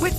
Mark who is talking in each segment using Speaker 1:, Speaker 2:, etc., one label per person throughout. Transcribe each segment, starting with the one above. Speaker 1: With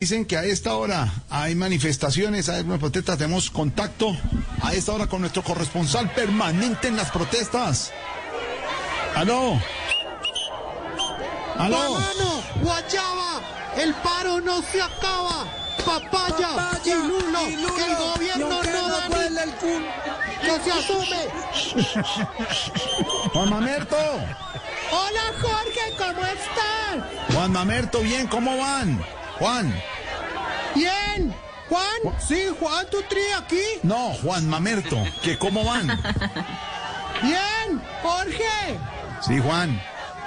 Speaker 2: Dicen que a esta hora hay manifestaciones, hay algunas protestas. Tenemos contacto a esta hora con nuestro corresponsal permanente en las protestas. Aló. Aló.
Speaker 3: Banano, guayaba, el paro no se acaba. Papaya, y, lulo, el gobierno no da ni- que se asume.
Speaker 2: Juan Mamerto.
Speaker 3: Hola Jorge, ¿cómo estás?
Speaker 2: Juan Mamerto, bien, ¿cómo van? Juan.
Speaker 3: Bien. Juan, sí, Juan, tú tri aquí.
Speaker 2: No, Juan Mamerto, que cómo van.
Speaker 3: Bien, Jorge.
Speaker 2: Sí, Juan.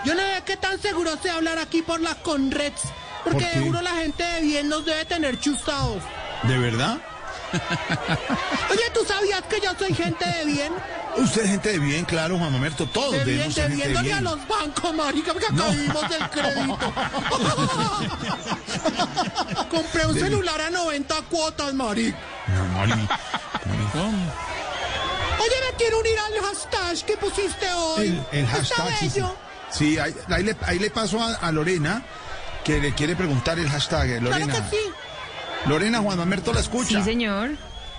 Speaker 3: Yo no sé qué tan seguro sea hablar aquí por las conreds, porque
Speaker 2: ¿Por qué?
Speaker 3: seguro la gente de bien nos debe tener chustados.
Speaker 2: ¿De verdad?
Speaker 3: Oye, ¿tú sabías que yo soy gente de bien?
Speaker 2: Usted es gente de bien, claro, Juan Mamerto. Todos
Speaker 3: De bien,
Speaker 2: debemos ser gente de
Speaker 3: debiéndole a
Speaker 2: bien.
Speaker 3: los bancos, marica, porque
Speaker 2: No.
Speaker 3: acabamos del crédito. Compré un celular a 90 cuotas, marica.
Speaker 2: No, Mari.
Speaker 3: Oye, me quiero unir al hashtag que pusiste hoy.
Speaker 2: El, el hashtag.
Speaker 3: Está
Speaker 2: sí, sí.
Speaker 3: bello.
Speaker 2: Sí, ahí, ahí le, ahí le paso a, a Lorena que le quiere preguntar el hashtag. eh,
Speaker 3: Claro
Speaker 2: Lorena,
Speaker 3: que sí.
Speaker 2: Lorena Juan Mamerto la escucha.
Speaker 4: Sí, señor.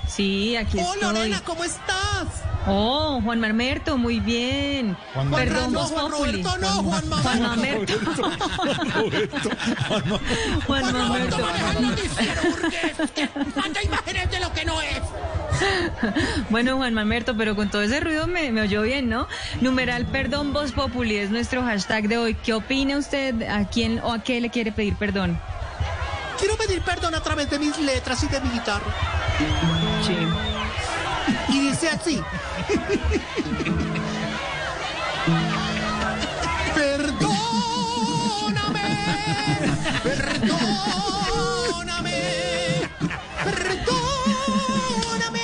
Speaker 4: Sí, aquí
Speaker 3: Oh,
Speaker 4: estoy.
Speaker 3: Lorena, ¿cómo estás?
Speaker 4: Oh, Juan Marmerto, muy bien.
Speaker 2: Juan
Speaker 4: Perdón,
Speaker 3: Marmerto.
Speaker 4: Voz
Speaker 3: Juan
Speaker 4: Populi.
Speaker 3: Roberto, no, Juan Marmerto.
Speaker 4: Juan Marmerto. Juan
Speaker 3: Roberto
Speaker 4: Marmerto.
Speaker 3: maneja el noticiero burgués, que manda imágenes de lo que no es.
Speaker 4: Bueno, Juan Marmerto, pero con todo ese ruido me, me oyó bien, ¿no? Numeral Perdón Voz Populi es nuestro hashtag de hoy. ¿Qué opina usted? ¿A quién o a qué le quiere pedir perdón?
Speaker 3: Quiero pedir perdón a través de mis letras y de mi guitarra.
Speaker 4: Sí.
Speaker 3: Y dice así. Perdóname, perdóname, perdóname,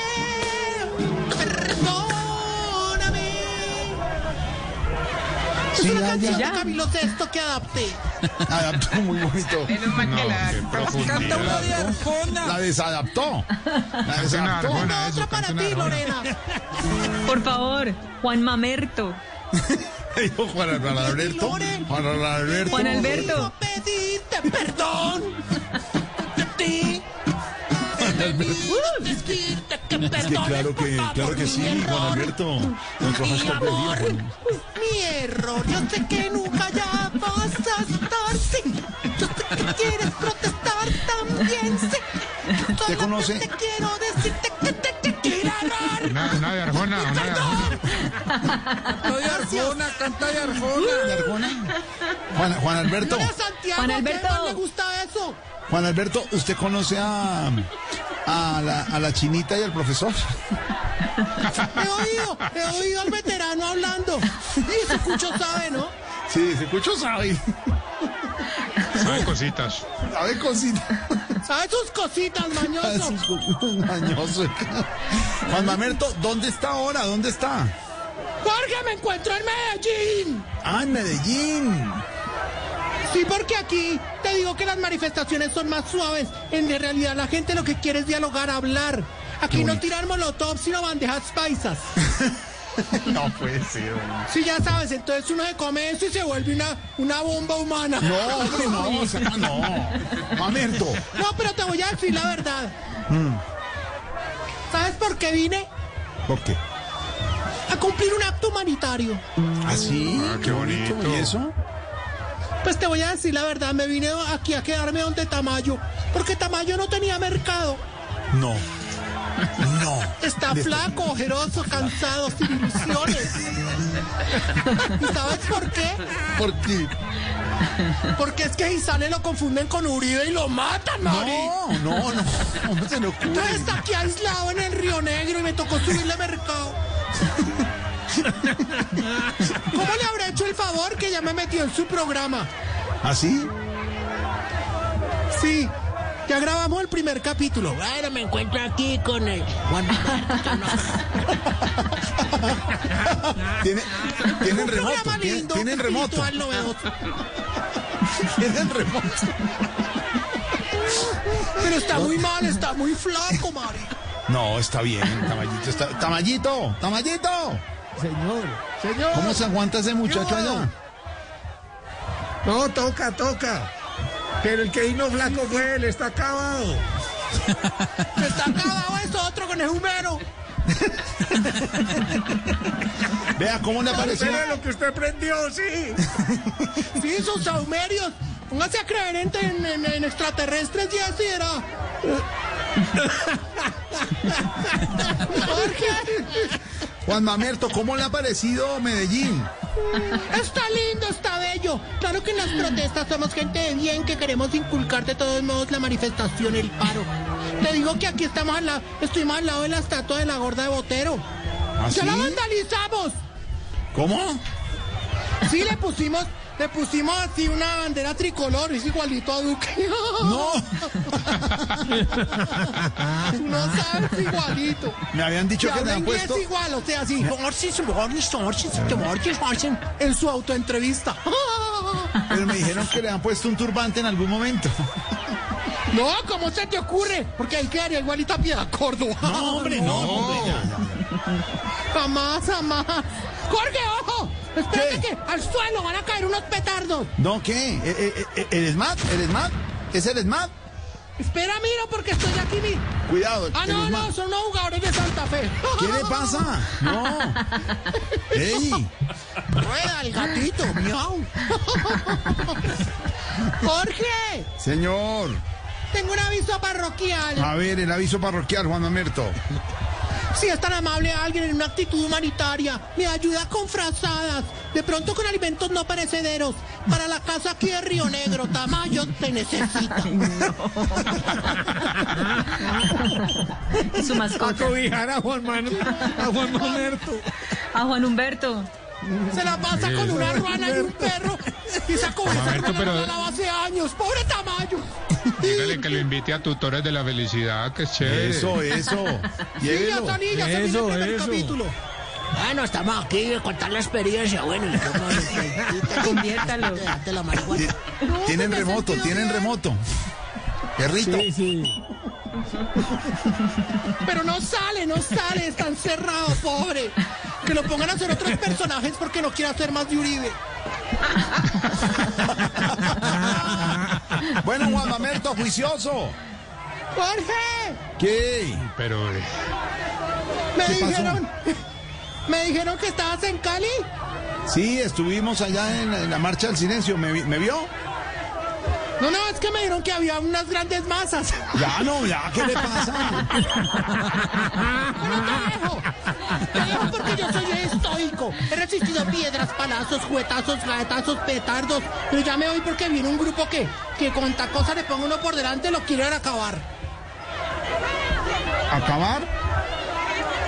Speaker 3: perdóname. Es una canción de
Speaker 4: ya.
Speaker 3: Camilo Sesto que adapté.
Speaker 2: Adaptó muy bonito.
Speaker 3: Canta una de Arjona.
Speaker 2: La desadaptó. La desadaptó.
Speaker 3: Una otra para ti, Lorena.
Speaker 4: Por favor, Juan Mamerto.
Speaker 2: Dijo Juan Alberto.
Speaker 3: Loren.
Speaker 2: Juan Alberto.
Speaker 4: Juan Alberto.
Speaker 3: No pediste perdón de ti. Decirte que
Speaker 2: Es que
Speaker 3: perdones,
Speaker 2: claro que,
Speaker 3: por
Speaker 2: claro
Speaker 3: favor,
Speaker 2: que sí,
Speaker 3: mi
Speaker 2: Juan
Speaker 3: error,
Speaker 2: Alberto. Nuestro
Speaker 3: Mi
Speaker 2: hashtag del día,
Speaker 3: amor,
Speaker 2: Juan.
Speaker 3: mi error, yo sé que nunca ya vas a estar, sí. Yo sé que quieres protestar también, sí. Yo solamente
Speaker 2: conoce?
Speaker 3: Te quiero decirte que te, te quiero error.
Speaker 5: Una de Arjona, una de Arjona.
Speaker 3: Arjona,
Speaker 2: canta de Arjona. Juan, Juan Alberto.
Speaker 3: Mira, Santiago,
Speaker 4: Juan
Speaker 3: ¿a quién
Speaker 4: Alberto.
Speaker 3: más le gusta eso?
Speaker 2: Juan Alberto, ¿usted conoce a, a, la, a la chinita y al profesor?
Speaker 3: He oído, he oído al veterano hablando. Y ese cucho sabe, ¿no?
Speaker 2: Sí, se escuchó, sabe.
Speaker 5: Sabe cositas.
Speaker 2: Sabe cositas.
Speaker 3: Sabe sus cositas, mañoso.
Speaker 2: Sus copitas mañosos. Juan Mamerto, ¿dónde está ahora? ¿Dónde está?
Speaker 3: Jorge, me encuentro en Medellín.
Speaker 2: Ah, en Medellín.
Speaker 3: Sí, porque aquí te digo que las manifestaciones son más suaves. En realidad, la gente lo que quiere es dialogar, hablar. Aquí no tirar molotov, sino bandejas paisas.
Speaker 2: No puede ser.
Speaker 3: Sí, ya sabes, entonces uno se come eso y se vuelve una, una bomba humana.
Speaker 2: No, hombre, no, o sea, no. Mamerto.
Speaker 3: No, pero te voy a decir la verdad.
Speaker 2: Mm.
Speaker 3: ¿Sabes por qué vine?
Speaker 2: ¿Por qué?
Speaker 3: A cumplir un acto humanitario.
Speaker 2: ¿Ah, sí?
Speaker 5: Ah, qué bonito.
Speaker 2: ¿Y eso?
Speaker 3: Pues te voy a decir la verdad, me vine aquí a quedarme donde Tamayo, porque Tamayo no tenía mercado.
Speaker 2: No. No.
Speaker 3: Está flaco, ojeroso, cansado, sin ilusiones. ¿Y sabes por qué?
Speaker 2: ¿Por qué?
Speaker 3: Porque es que Gisane lo confunden con Uribe y lo matan, Mari.
Speaker 2: No, no, no. No se le ocurre.
Speaker 3: Entonces está aquí aislado en el Río Negro y me tocó subirle mercado. ¿Cómo le habré hecho el favor que ya me metió en su programa?
Speaker 2: ¿Ah, sí?
Speaker 3: Sí. Ya grabamos el primer capítulo.
Speaker 6: Bueno, me encuentro aquí con el Juan Roberto, no.
Speaker 2: Tiene- tienen
Speaker 3: Un
Speaker 2: remoto.
Speaker 3: programa
Speaker 2: tiene-
Speaker 3: lindo,
Speaker 2: Tienen remoto.
Speaker 3: espiritual, novedoso.
Speaker 2: Tienen remoto.
Speaker 3: Pero está muy mal, está muy flaco, Mari.
Speaker 2: No, está bien, Tamayito. Está... Tamayito, Tamayito.
Speaker 6: Señor,
Speaker 2: ¿Cómo se aguanta ese muchacho allá?
Speaker 6: no toca, toca. Pero el que vino flaco fue él, está acabado.
Speaker 3: Está acabado esto otro con el humero.
Speaker 2: Vea cómo le apareció.
Speaker 6: Pero lo que usted prendió, sí.
Speaker 3: Sí, sus saumerios. Póngase a creer en, en- en- en extraterrestres y así era. Jorge,
Speaker 2: Juan Mamerto, ¿cómo le ha parecido Medellín?
Speaker 3: está lindo, está bello. Claro que en las protestas somos gente de bien que queremos inculcar de todos modos la manifestación, el paro. Te digo que aquí estamos al lado, estuvimos al lado de la estatua de la gorda de Botero.
Speaker 2: ¿Ah,
Speaker 3: ¡Ya la
Speaker 2: sí?
Speaker 3: vandalizamos!
Speaker 2: ¿Cómo?
Speaker 3: Sí, le pusimos, le pusimos así una bandera tricolor, es igualito a Duque.
Speaker 2: No,
Speaker 3: No sabes igualito.
Speaker 2: me habían dicho
Speaker 3: Que
Speaker 2: que le
Speaker 3: habla
Speaker 2: han
Speaker 3: inglés
Speaker 2: puesto.
Speaker 3: igual, o sea, así. Morsis, morsis, morsis, morsis, morsis, En su autoentrevista.
Speaker 2: Pero me dijeron que le han puesto un turbante en algún momento.
Speaker 3: No, ¿cómo se te ocurre? Porque ahí quedaría igualita Piedad Córdoba. No, hombre, no. Jamás, jamás. Jorge, ojo.
Speaker 2: ¿Qué?
Speaker 3: Espérate que al suelo van a caer unos petardos.
Speaker 2: No, ¿qué? ¿E- e- e- ¿El ESMAD? ¿El ESMAD? ¿Es el ESMAD?
Speaker 3: Espera, miro, porque estoy aquí. mi-
Speaker 2: Cuidado.
Speaker 3: Ah,
Speaker 2: el
Speaker 3: no,
Speaker 2: ESMAD.
Speaker 3: no, son los jugadores de Santa Fe.
Speaker 2: ¿Qué le pasa? No. ¡Ey!
Speaker 3: Rueda el gatito, miau. Jorge,
Speaker 2: Señor.
Speaker 3: tengo un aviso parroquial.
Speaker 2: A ver, el aviso parroquial, Juan Mamerto.
Speaker 3: Si es tan amable alguien en una actitud humanitaria, me ayuda con frazadas, de pronto con alimentos no perecederos. Para la casa aquí de Río Negro, Tamayo te necesita.
Speaker 4: Su mascota.
Speaker 6: Acobijar a Juan Manuel, a Juan Mamerto.
Speaker 4: A Juan Humberto.
Speaker 3: Se la pasa con una ruana y un perro y se comienza
Speaker 5: Roberto,
Speaker 3: a
Speaker 5: pero-
Speaker 3: la hace años. ¡Pobre Tamayo!
Speaker 5: Dígale que lo invite a tutores de la felicidad, que es chévere.
Speaker 2: Eso, eso.
Speaker 3: Y ya
Speaker 2: Llévelo.
Speaker 3: salí, ya salí en el
Speaker 6: Eso,
Speaker 3: primer
Speaker 6: eso.
Speaker 3: capítulo.
Speaker 6: Bueno, estamos aquí de contar la experiencia. Bueno, y cómo
Speaker 4: Conviértalo.
Speaker 6: date la marihuana.
Speaker 2: Tienen
Speaker 3: me
Speaker 2: remoto,
Speaker 3: sentí
Speaker 2: tienen
Speaker 3: bien.
Speaker 2: remoto. Perrito.
Speaker 6: Sí, sí.
Speaker 3: Pero no sale, no sale, está encerrado, pobre. Que lo pongan a hacer otros personajes porque no quiere hacer más de Uribe.
Speaker 2: Bueno, Juan Mamerto, juicioso.
Speaker 3: ¡Jorge!
Speaker 2: ¿Qué?
Speaker 5: Pero eh,
Speaker 3: Me
Speaker 2: ¿Qué pasó?
Speaker 3: dijeron. Me dijeron que estabas en Cali.
Speaker 2: Sí, estuvimos allá en, en la marcha del silencio. ¿Me, vi- me vio?
Speaker 3: No, no, es que me dijeron que había unas grandes masas.
Speaker 2: Ya, no, ya, ¿qué le pasa?
Speaker 3: Bueno, te dejo. Te dejo porque yo soy estoico. He resistido piedras, palazos, juguetazos, gaetazos, petardos. Pero ya me voy porque viene un grupo que, que con tal cosa le pongo uno por delante lo quieren acabar.
Speaker 2: ¿Acabar?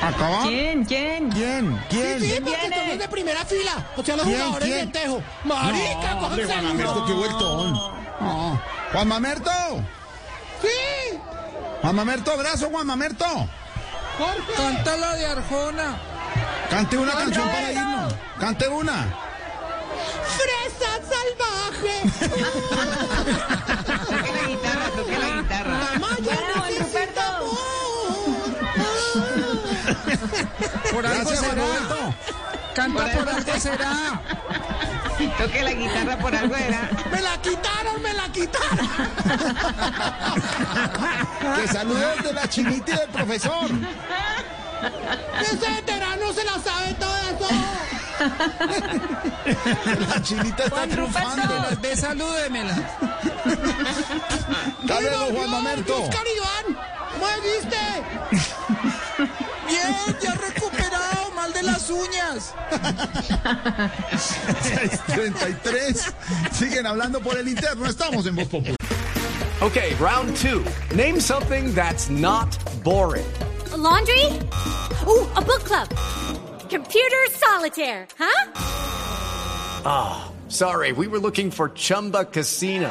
Speaker 2: ¿Acabar?
Speaker 4: ¿Quién? ¿Quién?
Speaker 2: ¿Quién? ¿Quién?
Speaker 3: Sí,
Speaker 4: ¿Quién
Speaker 3: porque
Speaker 4: viene?
Speaker 3: somos de primera fila. O sea, los
Speaker 2: ¿Quién?
Speaker 3: jugadores
Speaker 2: ¿Quién?
Speaker 3: de tejo. Marica,
Speaker 2: No,
Speaker 3: cójanse
Speaker 2: hombre, Juan
Speaker 3: uno.
Speaker 2: Mamerto, qué vueltón. No. Juan Mamerto.
Speaker 3: Sí,
Speaker 2: Juan Mamerto, abrazo, Juan Mamerto.
Speaker 3: Jorge.
Speaker 6: Cántala de Arjona.
Speaker 2: Cante una canción para irnos. Cante una.
Speaker 3: Fresa salvaje. Tamayo
Speaker 4: Bueno, Juan
Speaker 3: necesita
Speaker 4: Ruperto.
Speaker 3: amor.
Speaker 6: Por algo
Speaker 2: Gracias, Juan
Speaker 6: será.
Speaker 2: Mamerto.
Speaker 6: Canta por algo será.
Speaker 7: Toque la guitarra por algo era.
Speaker 3: Me la quitaron, me la quitaron.
Speaker 2: Que saludos de la chinita y del profesor.
Speaker 3: Ese veterano se la sabe todo eso.
Speaker 2: La chinita está
Speaker 4: Juan Ruperto.
Speaker 2: triunfando.
Speaker 6: Ve, salúdemela.
Speaker 2: Hasta luego, Juan Mamerto.
Speaker 3: Oscar Iván, ¿cómo viste?
Speaker 6: Bien, ya recuperado, mal de las uñas.
Speaker 2: 33. Siguen hablando por el interno. Estamos en Voz Popular.
Speaker 8: Okay, round two. Name something that's not boring.
Speaker 9: laundry? Ooh, a book club. Computer solitaire, huh?
Speaker 8: Sorry, we were looking for Chumba Casino.